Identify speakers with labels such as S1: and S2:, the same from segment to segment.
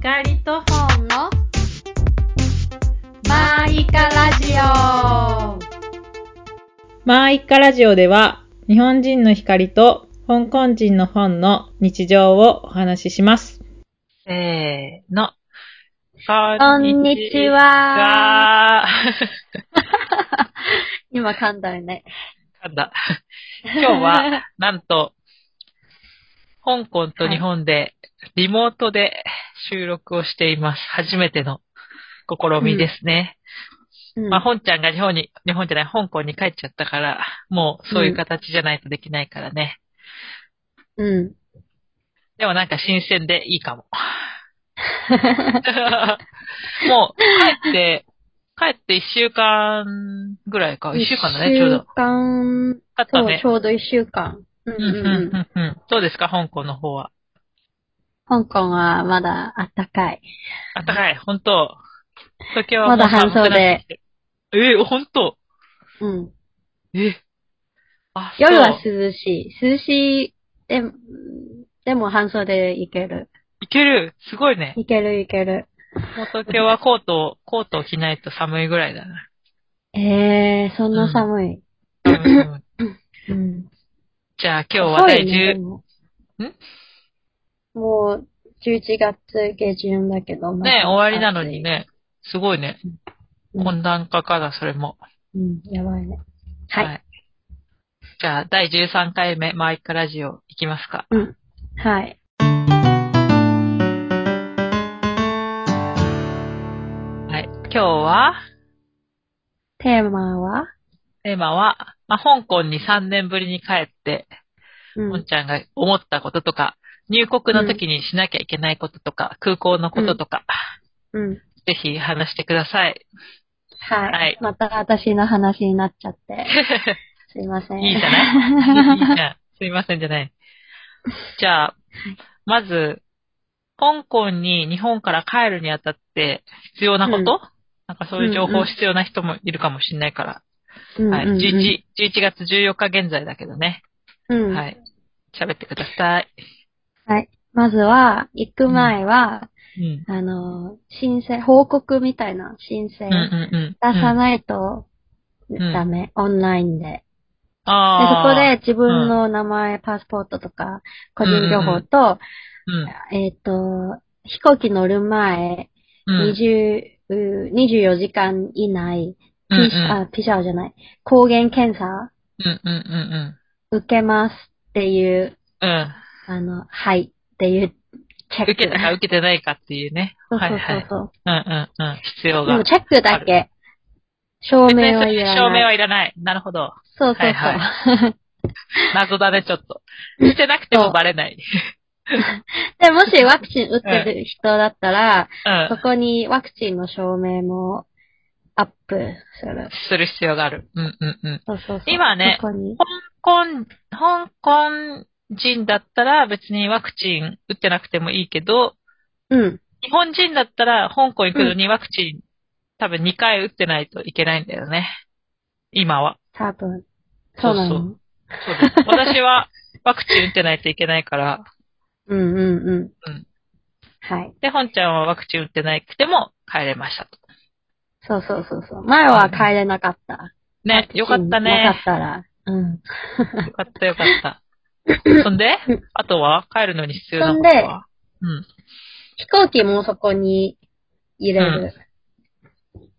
S1: 光と本のマイカラジオマーイカラジオでは日本人の光と香港人の本の日常をお話しします。
S2: せーの。こ
S3: こんにち。は。
S2: が
S3: 今噛んだよね。
S2: ーだ。今日 は、なんと、香港と日本で、リモートで収録をしています。初めての試みですね。
S3: うん、
S2: まあ、本ちゃんが日本に、日本じゃない、香港に帰っちゃったから、もうそういう形じゃないとできないからね。
S3: うん。
S2: でもなんか新鮮でいいかも。もう、帰って、帰って一週間ぐらいか。一週間だね、ちょうど
S3: 一。週間、
S2: あった
S3: そう、
S2: ね
S3: ち。ょうど一週間。うん
S2: うん
S3: う
S2: うん
S3: うん
S2: うんうん。どうですか、香港の方は。
S3: ん。香港はまだあったかい。
S2: あったかい、本当東京はもう
S3: まだ半袖
S2: 寒くなってきて。えー、本当
S3: うん。
S2: えあ、そう
S3: 夜は涼しい。涼しい。で、でも半袖いける。
S2: いける。すごいね。
S3: いけるいける。
S2: もう東京はコートを、コートを着ないと寒いぐらいだな。
S3: えー、そんな寒い。
S2: うんうん
S3: うん。
S2: じゃあ今日は第
S3: 遅いねで
S2: 10、
S3: ももう、11月下旬だけど。まだ
S2: ね、終わりなのにね。すごいね。
S3: 暑い。
S2: 温暖化から、それも。
S3: うん、うん、やばいね。はい。
S2: じゃあ、第13回目、マイクラジオ、いきますか。
S3: はい。
S2: はい。今日は、
S3: テーマは
S2: テーマは、まあ、香港に3年ぶりに帰って、
S3: うん
S2: もんちゃんが思ったこととか、入国の時にしなきゃいけないこととか、空港のこととか、
S3: うん。
S2: ぜひ話してください。
S3: はい。
S2: はい
S3: また私の話になっちゃって。すいません。
S2: いいじゃないいいじゃんすいませんじゃない。じゃあ、まず、香港に日本から帰るにあたって必要なこと、
S3: うん
S2: なんかそういう情報必要な人もいるかもしれないから、
S3: うん
S2: はい。
S3: うんうん
S2: 11、11月14日現在だけどね。
S3: うん
S2: はい。喋ってください。
S3: まずは、行く前は、
S2: うん。
S3: あの、申請、報告みたいな申請
S2: うんうんうん。
S3: 出さないと
S2: ん
S3: ダメ、オンラインで。でそ
S2: ああ。
S3: こで、自分の名前、パスポートとか、個人情報と、えっ、と、飛行機乗る前、
S2: うん。うん。
S3: 20う24時間以内、
S2: う
S3: P
S2: んうん
S3: あ PCR じゃない、抗原検査
S2: うんうんうん
S3: 受けますっていう、
S2: うん。うん。
S3: あの、はいっていうチェック。
S2: 受けたか受けてないかっていうね。
S3: そうそ
S2: は
S3: う
S2: いはい。
S3: そう。
S2: うんうんうん。必要
S3: で
S2: が
S3: も。チェックだけ。証明はいらない。
S2: 証明はいらない。なるほど。
S3: そうそうそ
S2: は
S3: う。
S2: いは謎だね、ちょっと。してなくてもバレない。
S3: で、もしワクチン打ってる人だったら、
S2: う
S3: そ
S2: ん。
S3: こにワクチンの証明もアップする。
S2: する必要がある。うんうんうん。
S3: そうそうそう。
S2: 今ね
S3: そこに。
S2: 香港、香港人だったら別にワクチン打ってなくてもいいけど、
S3: うん。
S2: 日本人だったら香港行くのにワクチン、多分2回打ってないといけないんだよね。今は。
S3: 多分。そうなの。
S2: そううそうです私はワクチン打ってないといけないから、
S3: んうんうん。
S2: うん
S3: はい。
S2: で、本ちゃんはワクチン打ってなくても帰れましたと。
S3: そうそうそうそう。前は帰れなかった。ワ
S2: ね
S3: ク、チン
S2: よかった
S3: なか
S2: ね
S3: っ。たら。うん。
S2: よかったよかった。 そんで、あとは帰るのに必要なことはうん。
S3: 飛行機もそこに入れる。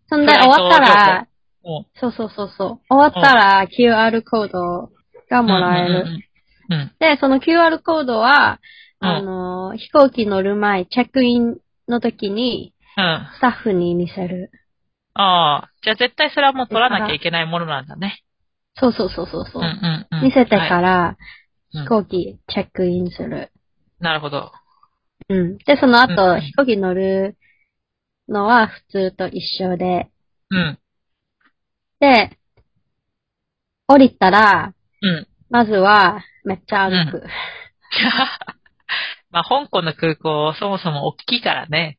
S3: そんで
S2: フライ
S3: 終
S2: ト
S3: わったら、
S2: も
S3: そうそうそうそう。終わったら QR コードが
S2: う
S3: もらえる。。
S2: うんうん
S3: で、その QR コードは、
S2: うん
S3: あのー、飛行機乗る前、チェックインの時に
S2: うん。うん。
S3: スタッフに見せる。
S2: ああ、じゃあ絶対それはもう取らなきゃいけないものなんだね。
S3: そうそうそうそう。
S2: う
S3: うん
S2: うんうん。
S3: 見せて
S2: はい
S3: から、
S2: うん
S3: 飛行機チェックインする。
S2: なるほど。
S3: うん。で、その後、
S2: うん
S3: 飛行機乗るのは普通と一緒で、
S2: うん。
S3: で、降りたら、
S2: うん。
S3: まずは、めっちゃ歩く。
S2: まあ、香港の空港、そもそも大きいからね。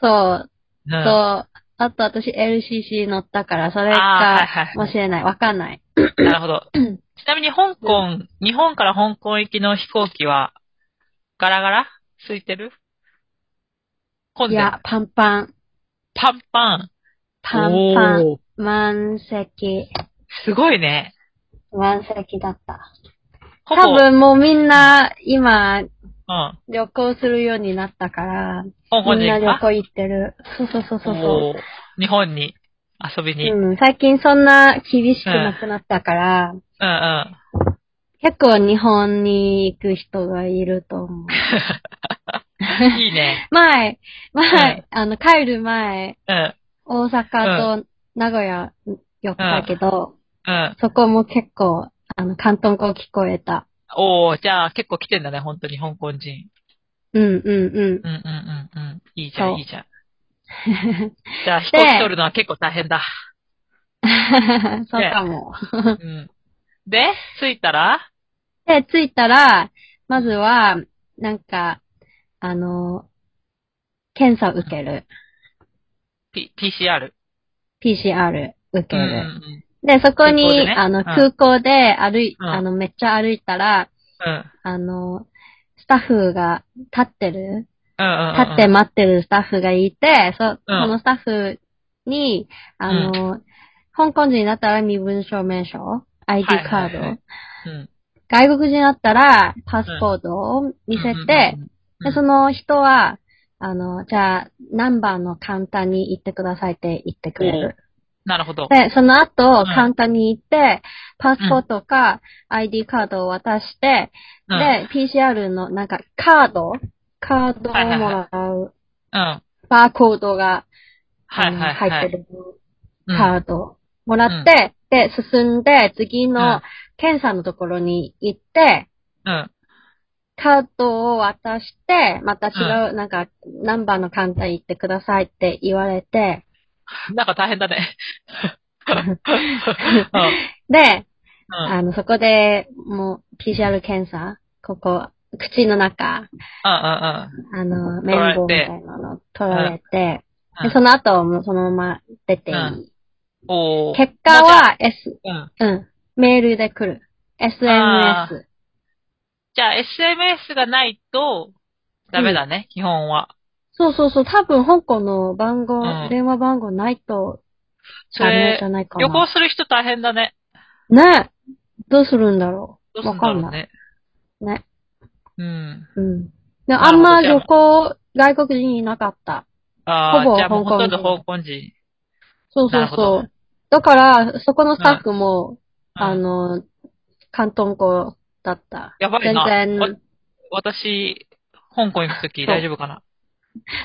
S3: そう、
S2: うん。
S3: と、
S2: あ
S3: あと私 LCC 乗ったから、そ
S2: あ
S3: れ
S2: ー、
S3: か
S2: はいは
S3: もしれない。わかんない。
S2: い。なるほ ど。ちなみに香港、日本から香港行きの飛行機は、ガラガラ空いてる混んで
S3: い
S2: る
S3: や、パンパン。
S2: パンパン。
S3: パンパン。
S2: おー
S3: 満席。
S2: すごいね。
S3: 満席だった。
S2: ほぼ、
S3: 多分もうみんな、今、
S2: うん。
S3: 旅行するようになったから、
S2: 香港
S3: みんな
S2: 人
S3: 旅
S2: か
S3: 行行ってる。そうそうそうそうそ
S2: おー日本に遊び
S3: う。
S2: に。うんうん。
S3: うん、最近そんな厳しくなくなったから、結構日本に行く人がいると思う。
S2: いい ね。
S3: 前、前、
S2: うん
S3: あの、帰る前、
S2: うん。
S3: 大阪と名古屋寄ったけど、
S2: うん。
S3: そこも結構、あの、関東語聞こえた。
S2: おーじゃあ結構来てんだね、本当に香港人。
S3: うんうんうん。
S2: うんうんうんうん。いいじゃ
S3: そ
S2: ん、
S3: う
S2: いいじゃん。じゃあ飛行機取るのは結構大変だ。
S3: そうかも。
S2: うん。で、着いたら
S3: で、着いたら、まずは、なんか、あの、検査受ける。
S2: P、PCR。
S3: PCR 受
S2: う
S3: け
S2: んう
S3: る。
S2: ん
S3: で、そこに、
S2: 空港でね
S3: あの、
S2: うん
S3: 空港で歩い、
S2: うん
S3: あの、めっちゃ歩いたら、
S2: うん。うん。
S3: あの、スタッフが立ってる
S2: うんうんうん。
S3: 立って待ってるスタッフがいて、そそ
S2: うん
S3: のスタッフに、あの、香港人だったら身分証明書、ID
S2: はい
S3: カ
S2: はい
S3: ード、
S2: はいうん。
S3: 外国人だったらパスポートを見せて、
S2: うん、
S3: でその人は、あの、じゃあ、何番のカウンターに行ってくださいって言ってくれる。
S2: なるほど。
S3: で、その後、
S2: ん
S3: カウンターに行って、パスポートか ID カードを渡して、
S2: うん、
S3: で、PCR のなんかカードカードをもらう。
S2: うん。はい
S3: バーコードが
S2: はいは
S3: あの
S2: い。
S3: 入ってる
S2: うん。
S3: カードをもらって、で、進んで、次の検査のところに行って、
S2: うん。
S3: カードを渡して、また違う、なんか、ナンバーのカウンター行ってくださいって言われて、
S2: なんか大変だ ね。うん
S3: で、
S2: うん
S3: あの、そこでもう、PCR 検査、ここ、口の
S2: う
S3: 中、
S2: んうん
S3: あの、綿棒みたいなの取られて、
S2: うん
S3: でその後、もうそのまま出ていい。
S2: うんおー
S3: 結果、は S、
S2: まあ
S3: うん、メールで来る。
S2: あ
S3: SNS。
S2: じゃあうん。じゃあ SMS がないと、ダメだね、基本は。
S3: そうそうそう、多分香港の番
S2: う
S3: 号、
S2: ん
S3: 電話番号ないと
S2: そ
S3: ダメ
S2: れ
S3: じゃ、ないか
S2: 旅行
S3: な。
S2: する人大変だね。
S3: ねえどうするんだろ
S2: どうすんだろうね。
S3: う。ね。
S2: うん。
S3: うん。で
S2: な
S3: あ
S2: る
S3: ん
S2: ほど
S3: ま旅行、外国人いなかった。
S2: あ
S3: ほぼ
S2: あ、じゃあもう
S3: 香港
S2: ほとん
S3: 人
S2: ど香港人。
S3: そうそ
S2: なる
S3: う
S2: ほ
S3: そ
S2: ど
S3: う。だから、そこのスタッフも、
S2: うん
S3: あの、広東語だった。
S2: やばい
S3: 全
S2: な
S3: 然。
S2: 私、香港行くとき
S3: そう
S2: 大丈夫かな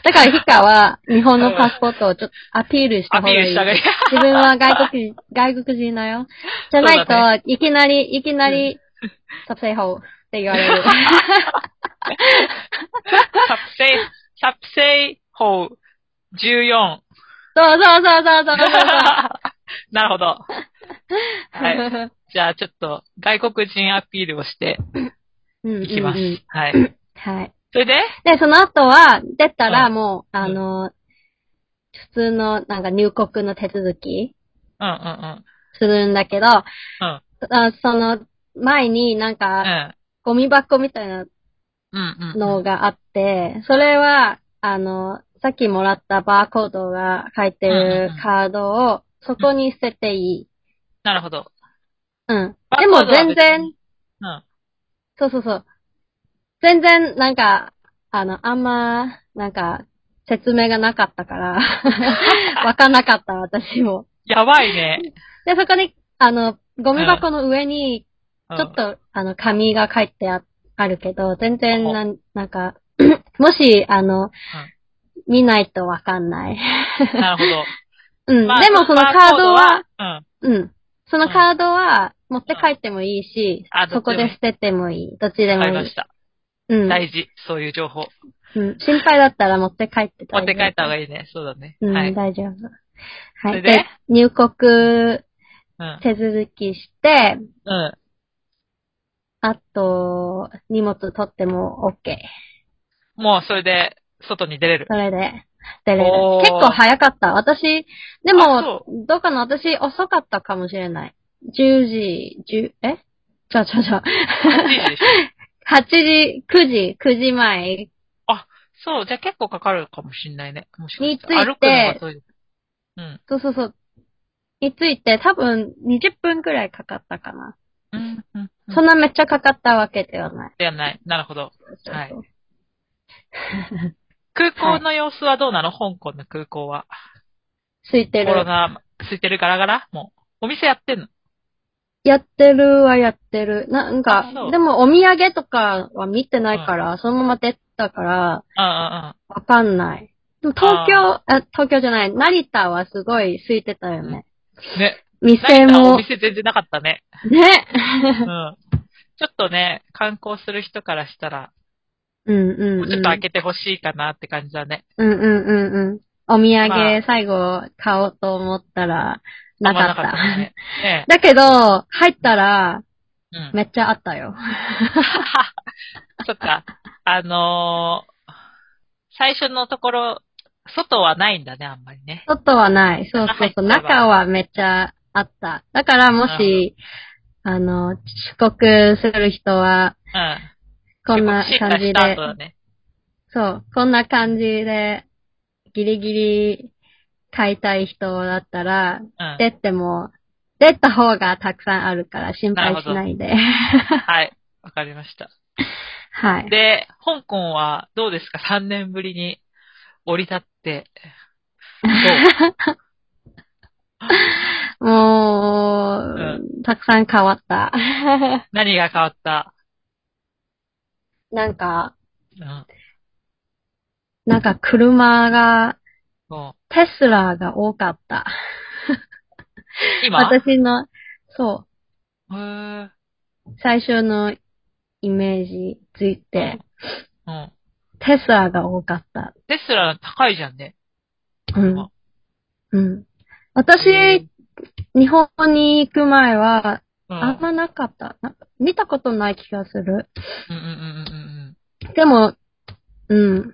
S3: だからヒカは日本のパスポートをちょっとアピールした
S2: ア
S3: 方
S2: ピー
S3: が
S2: ル
S3: いい
S2: した。がいい。
S3: 自分は外国人、外国人だよ。じゃな
S2: そうだ
S3: いと、いきなり、いきなり、撮影法って言われる。
S2: 作成、作成法14。
S3: そうそうそうそうそうそ
S2: なるほど。はい。
S3: う。
S2: じゃあちょっと外国人アピールをして
S3: うん
S2: いきます。
S3: うんうん
S2: はい。
S3: はい。
S2: それで
S3: で、その後は、出たら
S2: う
S3: もう、あの、普通の、なんか入国の手続き
S2: うんうん
S3: するんだけど、
S2: うん
S3: あその前になん
S2: う
S3: か、
S2: ん。
S3: ゴミ箱みたいな
S2: うん。うんうん。
S3: のがあって、それは、あの、さっきもらったバーコードが書いてる
S2: うん
S3: カードを、そこに捨てていい。
S2: なるほど。
S3: うん。
S2: バ
S3: で
S2: ーコー
S3: も
S2: ドは別に
S3: 全然、
S2: うん。
S3: そうそうそう。全然、なんか、あの、あんま、なんか、説明がなかった から、わかんなかった、私も。
S2: やばいね。
S3: で、そこに、あの、ゴミ箱の上に、ち
S2: うん
S3: ょっと、あの、紙が書いてああるけど、全然
S2: ほ
S3: なん、なんか、 もし、あの、見ないとわかんない。
S2: なる
S3: うん。
S2: ほど。
S3: でも、そのカードは、、
S2: うん。
S3: うん。そのカードは、持って帰ってもいいし
S2: あ、ど
S3: そ
S2: っちでも
S3: こ
S2: いい
S3: で捨ててもいい。どっちで
S2: わ
S3: も
S2: か
S3: い
S2: り
S3: い
S2: ま。した。
S3: うん。
S2: 大事。そういう情報。
S3: うん心配だったら持って帰って
S2: 持って帰った方が
S3: いい。
S2: いいね。そうだね。
S3: うん、
S2: はい。
S3: 大丈夫。は
S2: そ
S3: い。
S2: れで
S3: で、入国
S2: うん。
S3: 手続きして、
S2: うん。
S3: あと、荷物取っても OK。
S2: もうそれで、外に出れる
S3: そ。れで、出れる
S2: おー。
S3: 結構早かった。私、で
S2: あ
S3: も、どうかな私、遅かったかもしれない。10時、10、えち ょちょちょ。
S2: 8時でしょ
S3: 8時、9時、9時前。
S2: そう、じゃあ結構かかるかもしんないね。もしか
S3: に
S2: し
S3: つ
S2: た
S3: いて
S2: ら歩くのがそういう。うん。
S3: そうそうそう。について多分20分くらいかかったかな。
S2: うん。うん。
S3: そん
S2: な。
S3: なめっちゃかかったわけではない。
S2: ではない。なるほど。
S3: そうそうそう
S2: はい空港の様子はどうなの、香港の空港は。
S3: 空いて
S2: コロ
S3: る。
S2: ナ、空いてるガラガラもう。お店やってんの
S3: やってるはやってる。ななんか
S2: あそ、う
S3: でもお土産とかは見てないから、そのまま出たから、
S2: あ
S3: わかんない。でも東京、あ東京じゃない、成田はすごい空いてたよね。
S2: あ、ああ。ね。
S3: 店
S2: 成田はお
S3: も。
S2: 店全然なかったね。
S3: ね。
S2: うん。ちょっとね、観光する人からしたら、
S3: うんうん、
S2: もう
S3: う。
S2: んちょっと開けてほしいかなって感じだね。
S3: うんうんうんうん。お土
S2: まあ
S3: 産最後買おうと思ったら、
S2: あ
S3: なん
S2: ま
S3: かっ。
S2: なかったたね。 ね
S3: だけど、入ったら、
S2: え。うん。
S3: めっちゃあったよ。
S2: そっか。あのー最初のところ、外はないんだね、あんまりね。
S3: 外はない。そうそうそう。
S2: 中入ったら
S3: 中はめっちゃあった。だからもし、あの、出国する人は、
S2: うん。
S3: こんな感じ
S2: 結構進化した後
S3: で、
S2: だね。
S3: そう、こんな感じで、ギリギリ買いたい人だったら、
S2: うん。
S3: 出ても、出た方がたくさんあるから心配しないで。
S2: はい。わかりました。
S3: はい。
S2: で、香港はどうですか ?3 年ぶりに降り立 って。ど
S3: もう、たくさん変わった。
S2: う何が変わった
S3: なんか、
S2: うん。
S3: なんか車が、
S2: も
S3: テスラが多かった。
S2: う今へ
S3: 私の、そ
S2: ー
S3: う、最初のイメージついて、
S2: うん。
S3: テスラが多かった。
S2: テスラ高いじゃんね。
S3: うん。うん。私、日本に行く前は、
S2: うん。
S3: あんまなかった。なんか見たことない気がする。
S2: うんうんうんうんうん。
S3: でも、うん。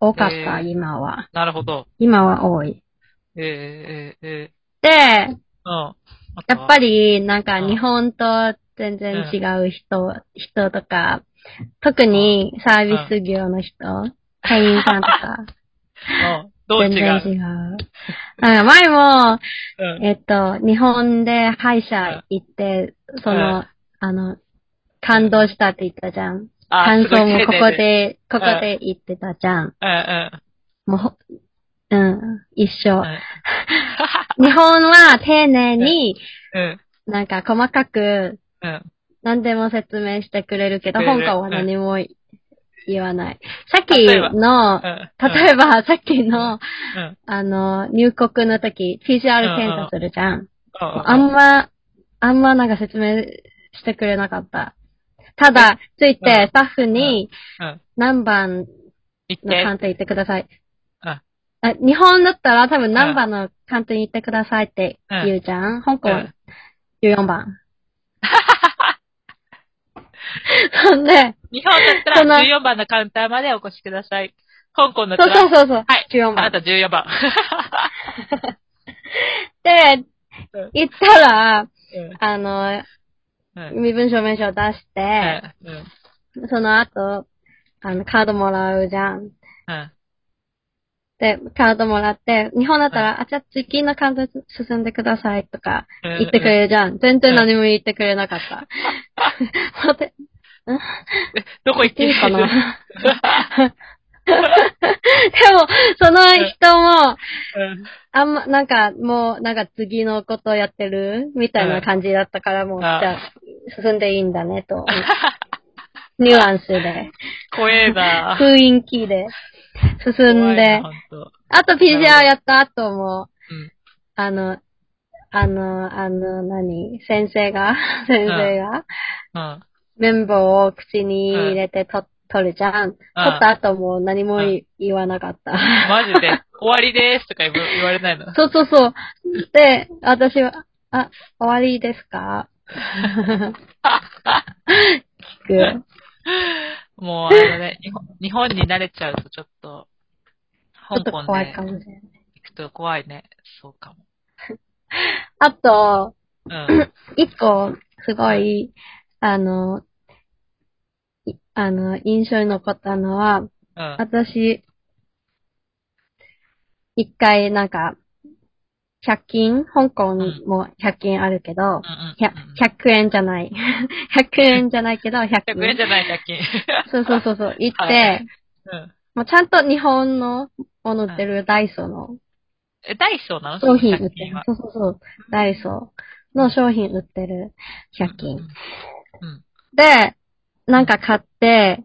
S3: 多かった、
S2: えー
S3: 今は。
S2: なるほど。
S3: 今は多い。
S2: えー、えー、え
S3: で、
S2: ー、うん。
S3: やっぱ
S2: り、
S3: り、なんか
S2: うん
S3: 日本と全然違う人、人とか、特にサービス業の人、店員さんとか、
S2: うん、どう
S3: 全
S2: 違
S3: 然
S2: う
S3: 違う。うん前も、
S2: うん
S3: えっと、日本で歯医者行って、その、あの、感動したって言ったじゃん。
S2: あ
S3: 感
S2: すごい
S3: 想もここ
S2: 丁寧
S3: で、ここで言ってたじゃん。
S2: うんうん
S3: もうほ、うん、一緒。
S2: う
S3: 日本は丁寧に、
S2: ん。うん。
S3: なんか細かく、
S2: うん。
S3: 何でも説明してくれるけど、
S2: くれ
S3: 香
S2: る
S3: 港は何も言わない。さっき
S2: 例えば
S3: の、
S2: うん。
S3: 例えばさっきの、
S2: うん。
S3: あの、入国の時、PCR 検査するじゃん。あ
S2: あ
S3: んま、あんまなんか説明してくれなかった。ただ、ついてスタッフに
S2: うんうん、
S3: 何番
S2: 行っ
S3: の
S2: て。
S3: 鑑定行ってください。
S2: うん
S3: あ日本だったら多分何番の鑑定行ってくださいって言うじゃん、香港
S2: うん
S3: 14番。 そんで、
S2: 日本だった
S3: その
S2: ら14番のカウンターまでお越しください。香港だっ
S3: そ
S2: た
S3: うそう
S2: ら、
S3: そうそう、
S2: はい
S3: 14
S2: あな
S3: 番。
S2: た14番。
S3: で
S2: うん、
S3: 行ったら、
S2: うん
S3: あの、
S2: うん
S3: 身分証明書出して、
S2: うんうん
S3: その後、あの、カードもらうじゃん。
S2: うん
S3: で、カードもらって、日本だったら、あ、じゃあ次のカード進んでくださいとか
S2: うん
S3: 言ってくれるじゃん。全然何も言ってくれなかった。 待って、
S2: どこ行って
S3: いい
S2: る
S3: かな でも、その人も、
S2: うん
S3: あんま、なんか、もう、なんか次のことやってるみたいな感じだったから、もう、じ
S2: あ
S3: ゃあ、進んでいいんだね、 と。ニュアンスで、
S2: 怖えな。
S3: 雰囲気で、進
S2: 怖
S3: ん
S2: いな
S3: で
S2: ほ。と
S3: あと PCR やった後も、
S2: うん
S3: あの、あの、あの、何先生が、先生が、
S2: うん
S3: 綿棒を口に入れてと、取るじゃん。取った後も何もい言わなかった。
S2: マジで、終わりですとか言わ言われ ないの。
S3: そうそうそう。で、私は、あ、終わりです か聞く。
S2: もう、あのね、日本日本に慣れちゃうとちょっと、
S3: ちょ
S2: 香
S3: っと
S2: 港
S3: 怖
S2: で
S3: いかもしれない。
S2: 行くと怖いね。そうかも。
S3: あと、
S2: うん。
S3: 一個、すごい、あの、いあの、印象に残ったのは、
S2: うん。
S3: 私、一回なんか、100均、香港も100均あるけど、
S2: うんうんうん
S3: 100 100円じゃない。100円じゃないけど、100
S2: 100円じゃない、100均。
S3: そうそうそうそう、行って、
S2: はいうん。
S3: もうちゃんと日本のもの売ってるダイソーの
S2: え、ダイソーなの
S3: 商品売
S2: その100
S3: って
S2: 均
S3: る
S2: は。。
S3: そうそうそう、ダイソーの商品売ってる100
S2: う
S3: 均
S2: ん。うん。
S3: で、なんか買って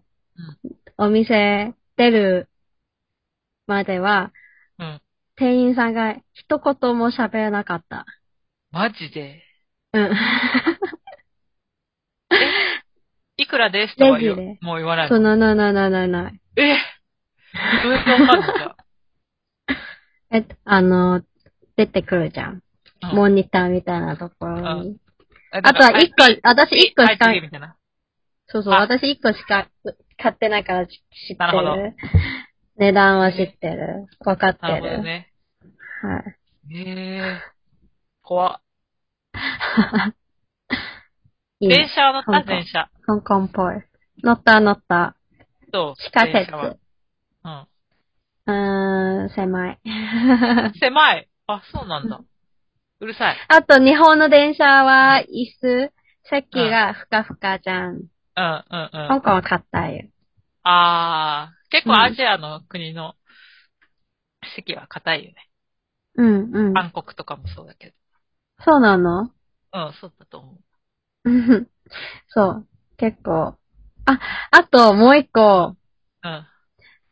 S2: うん、
S3: お店出るまでは、
S2: うん。
S3: 店員さんが一言も喋れなかった。
S2: マジで。
S3: うん。
S2: いくらですとは言
S3: レジ
S2: う
S3: で。
S2: もう言わない
S3: そ
S2: の。
S3: う、な、な、な、な、な、な。
S2: え どうやってわかんのじゃ
S3: え、あの、出てくるじゃん。
S2: あ。
S3: モ
S2: うん
S3: ニターみたいなところに。
S2: えだか
S3: あと
S2: ら
S3: は一個、私一個しか
S2: IP、IP みたいな。
S3: そうそう、
S2: あ
S3: 私一個しか買ってないから知知って
S2: なるほど
S3: る。値段は知ってる。わかって
S2: なる
S3: る。
S2: ほどね。
S3: はい。
S2: ええ。怖っ。
S3: いい
S2: 電
S3: ね。
S2: 車は乗った
S3: 本当
S2: 電車。
S3: 香港っぽい。乗った乗った。
S2: そう。
S3: 地下
S2: 電
S3: 鉄。
S2: 車はうん。
S3: うーん、狭い。
S2: 狭い。あ、そうなんだ。うるさい。
S3: あと、日本の電車は椅子、席がふかふかじゃん。
S2: うん、うん、うん。
S3: 香港は硬い。
S2: あー、結構アジアの国の席は硬いよね。
S3: うん、うん。
S2: 韓国とかもそうだけど。
S3: そうなの
S2: うん、そうだと思う。
S3: うんそう。結構。あ、あと、もう一個、
S2: うん、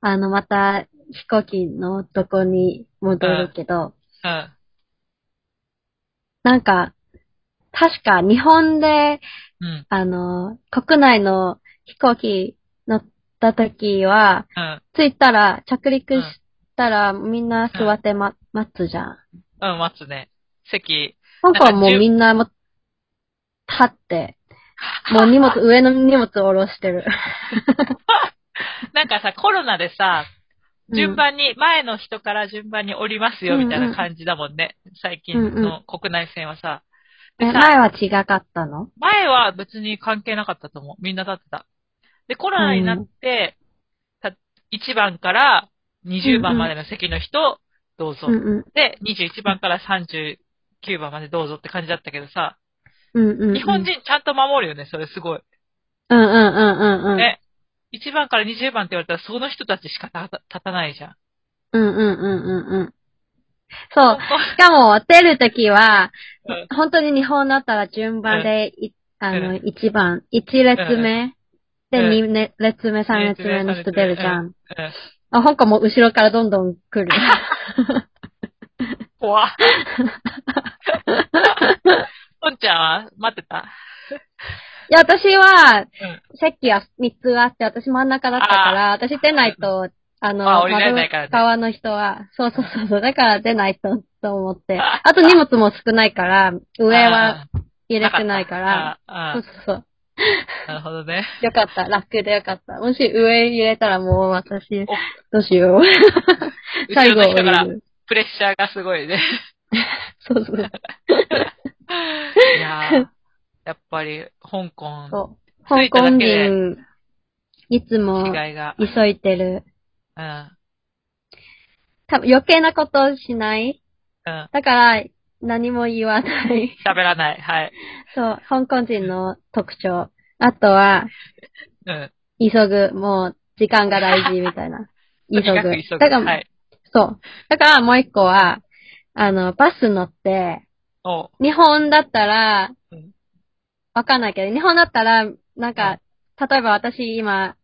S3: あの、また、飛行機のとこに戻るけど、
S2: うん。
S3: なんか、確か日本で、
S2: うん、
S3: あの、国内の飛行機乗った時は、
S2: うん、
S3: 着いたら、着陸したら、みんな座ってま、待つじゃん。
S2: うん、待つね。席。
S3: 香港はも
S2: なんかじゅ
S3: うみんなもう、立って、もう荷物、上の荷物を下ろしてる。
S2: なんかさ、コロナでさ、 順番に、前の人から順番に降りますよ、みたいな感じだもんね。最近の国内線はさ。
S3: うん、
S2: で
S3: え
S2: さ
S3: 前は違かったの
S2: 前は別に関係なかったと思う。みんな立ってた。で、コロナになって、た1番から20番までの席の人、どうぞ。
S3: うんうん。
S2: で、21番から39番までどうぞって感じだったけどさ、
S3: うんうんうん
S2: 日本人ちゃんと守るよね、それすごい。
S3: うんうんうんうんうん。
S2: ね。1番から20番って言われたら、その人たちしか立た立たないじゃん。
S3: うんうんうんうんうん。そう。しかも、出るときは
S2: うん、
S3: 本当に日本だったら順番で、いあ
S2: う
S3: の、
S2: ん
S3: 一番、一列目、で、
S2: うん
S3: 二ね列目、三列目の人出るじゃん。
S2: うん。
S3: あ、香港も後ろからどんどん来る。
S2: 怖 っ。ポンちゃんは待ってた
S3: いや、私は
S2: うん、
S3: 席は三つあって、私真ん中だったから、私出ないと、あの、
S2: あ降りられないからね
S3: 窓側の人は、そうそうそうそう、だから出ないと、と思って。あと荷物も少ないから、上は、入れてないから、
S2: あああ
S3: そうそうそう。
S2: なるほどね。
S3: よかった。楽でよかった。もし上入れたらもう私、どうしよう。
S2: 後ろの人
S3: 降
S2: か
S3: り
S2: ら
S3: る
S2: プレッシャーがすごい ね。
S3: そうそう。
S2: いやーやっぱり香港
S3: そ う。
S2: 着
S3: 香
S2: いただ
S3: 港
S2: けで
S3: 人、いつも
S2: 違いが。うん。
S3: 急いでる。
S2: う
S3: 多分余計なことをしない。
S2: ん。
S3: だから、何も言わ ない。
S2: 喋らない。はい。
S3: そう、香港人の特徴。あとは、
S2: うん。
S3: 急ぐ。もう、時間が大事みたいな。急
S2: と
S3: ぐ。
S2: にかく急ぐ。
S3: だから、
S2: はい。
S3: そう。だからもう一個は、あの、バス乗って、
S2: おう
S3: 日本だったら
S2: うん、
S3: わかんないけど、日本だったら、なん
S2: う
S3: か、例えば私今、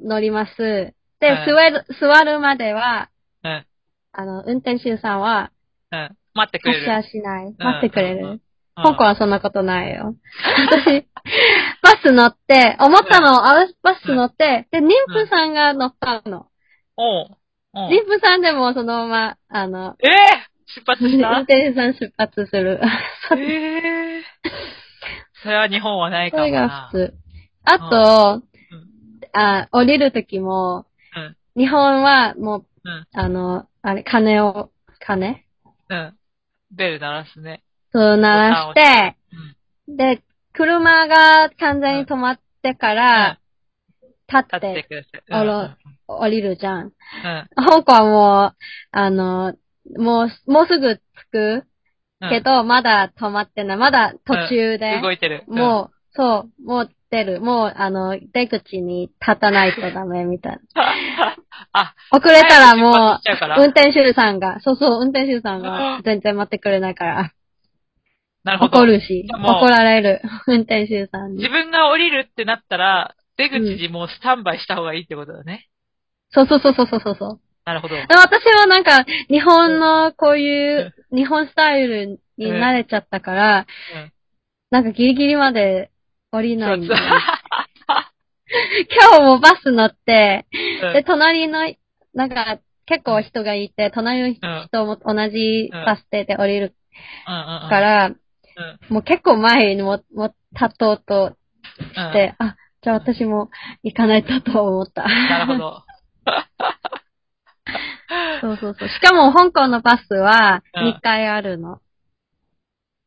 S3: 乗ります。で、
S2: うん
S3: 座る、座るまでは、
S2: うん。
S3: あの、運転手さんは、
S2: うん。待ってくれ
S3: 発
S2: る。
S3: 車しない。待ってくれ
S2: うん
S3: る。香港
S2: うん
S3: はそんなことないよ。私、バス乗って、思ったの、あバス乗って、で、妊婦さんが乗ったの。
S2: おうおう
S3: 妊婦さんでもそのまま、あの、
S2: ええ出発
S3: 運
S2: した
S3: 転手さん出発する。
S2: ええそれは日本はない
S3: そ
S2: かも
S3: れが
S2: な。
S3: 普通。あと、
S2: うん
S3: あ降りるときも、
S2: うん
S3: 日本はもう、
S2: うん
S3: あの、あれ、鐘を、鐘
S2: うん。ベル鳴らすね。
S3: そう鳴らして、
S2: うん。
S3: で、車が完全に止まってから、立
S2: 立
S3: っ
S2: って
S3: て、
S2: ください。
S3: あら
S2: うんうんうん
S3: 降りるじゃ
S2: う
S3: ん。
S2: ん。
S3: 香港はもう、あの、もう、もうすぐ着く
S2: うん
S3: け、ど、まだ止まってない。まだ途中で。
S2: 動いてる。うん
S3: もう、そう、もう出る。もう、あの、出口に立たないとダメみたい な。
S2: あ、
S3: 遅れたら
S2: 早
S3: も
S2: く出発しちゃうから
S3: う、運転手さんが、そうそう、運転手さんが全然待ってくれないから、
S2: なるほど。
S3: 怒るし
S2: じゃ、あもう
S3: 怒られる、 運転手さん
S2: 自
S3: に。
S2: 分が降りるってなったら、出口にもうスタンバイした方がいいってことだね。
S3: そうそうそうそうそうそうそう。
S2: なるほど。
S3: でも私はなんか、日本のこういう、日本スタイルに慣れちゃったから、
S2: うん
S3: なんかギリギリまで降りないんだよね
S2: そう
S3: 今日もバス乗って、
S2: うん
S3: で、隣の、なんか、結構人がいて、隣の人も同じバス停で降りる
S2: うん
S3: か、ら、もう結構前にも、もう立とうと
S2: うんうん
S3: して、あ、じゃあ私も行かないとと思った。
S2: なるほど。
S3: そうそうそう。しかも香港のバスは
S2: うん
S3: 2回あるの。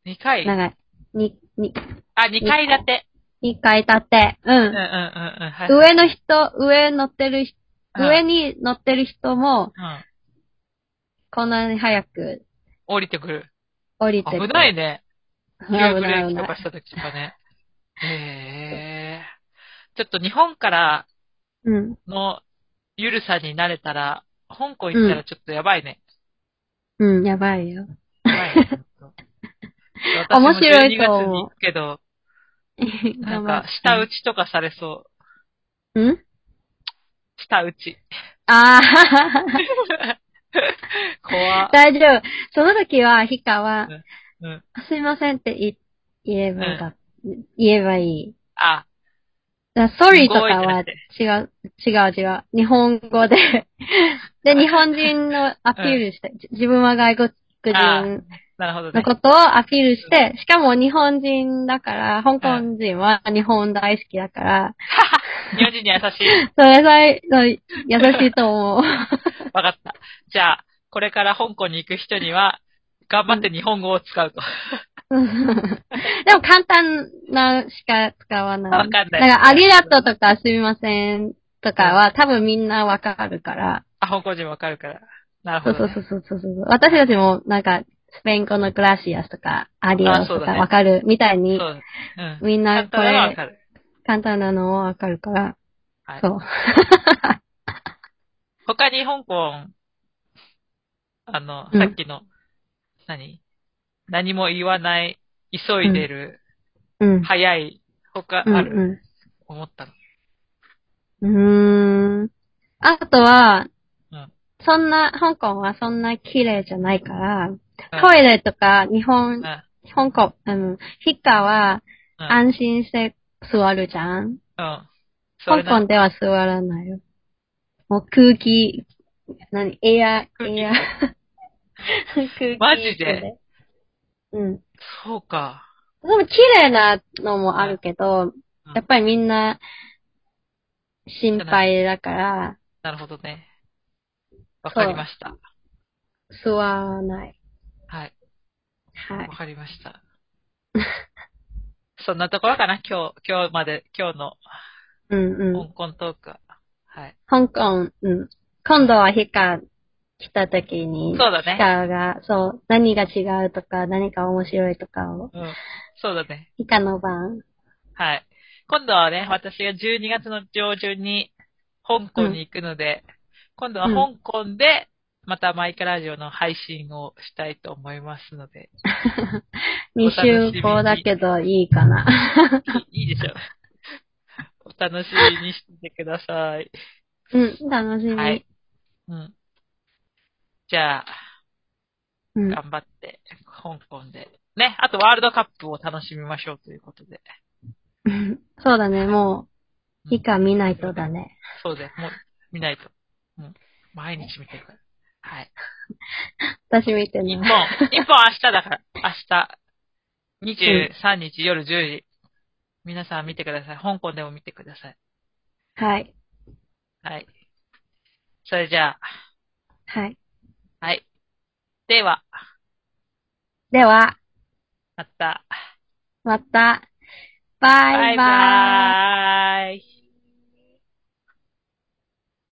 S2: 2回
S3: なんか、に、に、
S2: あ、2階建て。
S3: 2回立って、
S2: う
S3: う
S2: んうん
S3: ん。
S2: うんうん。はい
S3: 上の人、上乗ってる人、
S2: うん
S3: 上に乗ってる人も、
S2: うん。
S3: こんなに早く
S2: 降りてくる。
S3: 降りて。
S2: 危ないいね。
S3: 危
S2: 急ブ
S3: な
S2: レ
S3: い
S2: ー
S3: 危
S2: キと
S3: な
S2: か
S3: い。
S2: した時とかね。へえ。ちょっと日本から
S3: うん。
S2: のゆるさに慣れたら、香港行ったらちょっとやばい ね。
S3: うん、やばいよ。
S2: やばいね。本当
S3: 面白いと
S2: 私も
S3: 思う
S2: 12月に行くけど、なんか、舌
S3: 下
S2: 打ちとかされそ
S3: ん
S2: う。舌打ち。
S3: あ
S2: 怖
S3: あ、大丈夫。その時は、ヒカは、
S2: うん。
S3: すいませんってい言えばだ、言えばいい。
S2: あ、
S3: だソリとか
S2: すごい
S3: は
S2: ね
S3: 違う、違う違う。日本語で。 で、日本人のアピールして、じ自分は外国
S2: あ
S3: 人
S2: なるほどね
S3: の。ことをアピールして、しかも日本人だから、香港人は日本大好きだから、
S2: 日本人には優しい。
S3: それさえ、そう優しいと思う。
S2: わかった。じゃあ、これから香港に行く人には、頑張って日本語を使うと。
S3: でも簡単なしか使わない。
S2: わかんない
S3: だから、ありがとうとかすみませんとかは多分みんなわかるから。
S2: あ、香港人わかるから。なる
S3: そ
S2: ほ
S3: う
S2: ど、
S3: そう
S2: ね。
S3: そうそうそうそう。私たちもなんか、スペイン語のグラシアスとか、アディオスと
S2: あそう
S3: か
S2: だね
S3: わかるみたいに、
S2: そううん。
S3: みんな
S2: 簡
S3: こ
S2: 単なのはわか
S3: れ
S2: る。
S3: 簡単なのわかるから。
S2: はい
S3: そ。う。
S2: 他に香港、あの、
S3: うん
S2: さっきの、何何も言わない、急いでる、
S3: うん。
S2: 早い、他あ
S3: うん
S2: る、
S3: うん。
S2: 思ったの。
S3: うーん。あとは
S2: うん、
S3: そんな、香港はそんな綺麗じゃないから、
S2: うん
S3: トイレとか日
S2: う
S3: 本
S2: ん。う、ん
S3: 香港、うん、ヒッカーは
S2: うん。
S3: 安心して座るじゃん。
S2: うん。そ
S3: 香
S2: れな
S3: 港では座らないよ。もう空気、何、エア、エ
S2: 空気
S3: ア。空気
S2: マジで
S3: うん。で
S2: そうか。
S3: も綺麗なのもあるけど
S2: うん、
S3: やっぱりみんな心配だから、
S2: なるほどね。わかりました。
S3: 座らない。
S2: はい。
S3: は
S2: わ
S3: い。
S2: かりました。そんなところかな今日、今日まで、今日
S3: うんう
S2: の
S3: ん。
S2: 香港トークは。はい。
S3: 香港、うん。今度はヒカ来た時に。
S2: そうだね
S3: ヒ。カが、そう、何が違うとか、何か面白いとかを、
S2: うん。そうだね。
S3: ヒカの番。
S2: はい。今度はね、私が12月の上旬に香港に行くので、今度は香港で、またマイクラジオの配信をしたいと思いますの で、
S3: 2週後だけど、いいかな。
S2: いいいでしょう。お楽しみにしててください。
S3: うん、楽しみ。
S2: はい。うん。じゃあ、
S3: うん、
S2: 頑張って、香港で。ね、あとワールドカップを楽しみましょうということで。
S3: そうだね、
S2: う
S3: もう、
S2: ん
S3: ヒカ見ないとだね。
S2: そうで、もう見ないと。うん。毎日見てるから。はい。
S3: 私見て
S2: 日本
S3: ない。、
S2: 日本明日だから、明日、23日夜10時。皆さん見てください。香港でも見てください。
S3: はい。
S2: はい。それじゃあ、
S3: はい。
S2: はい。では、
S3: では、
S2: また。
S3: また、バイバイ。
S2: バイバーイ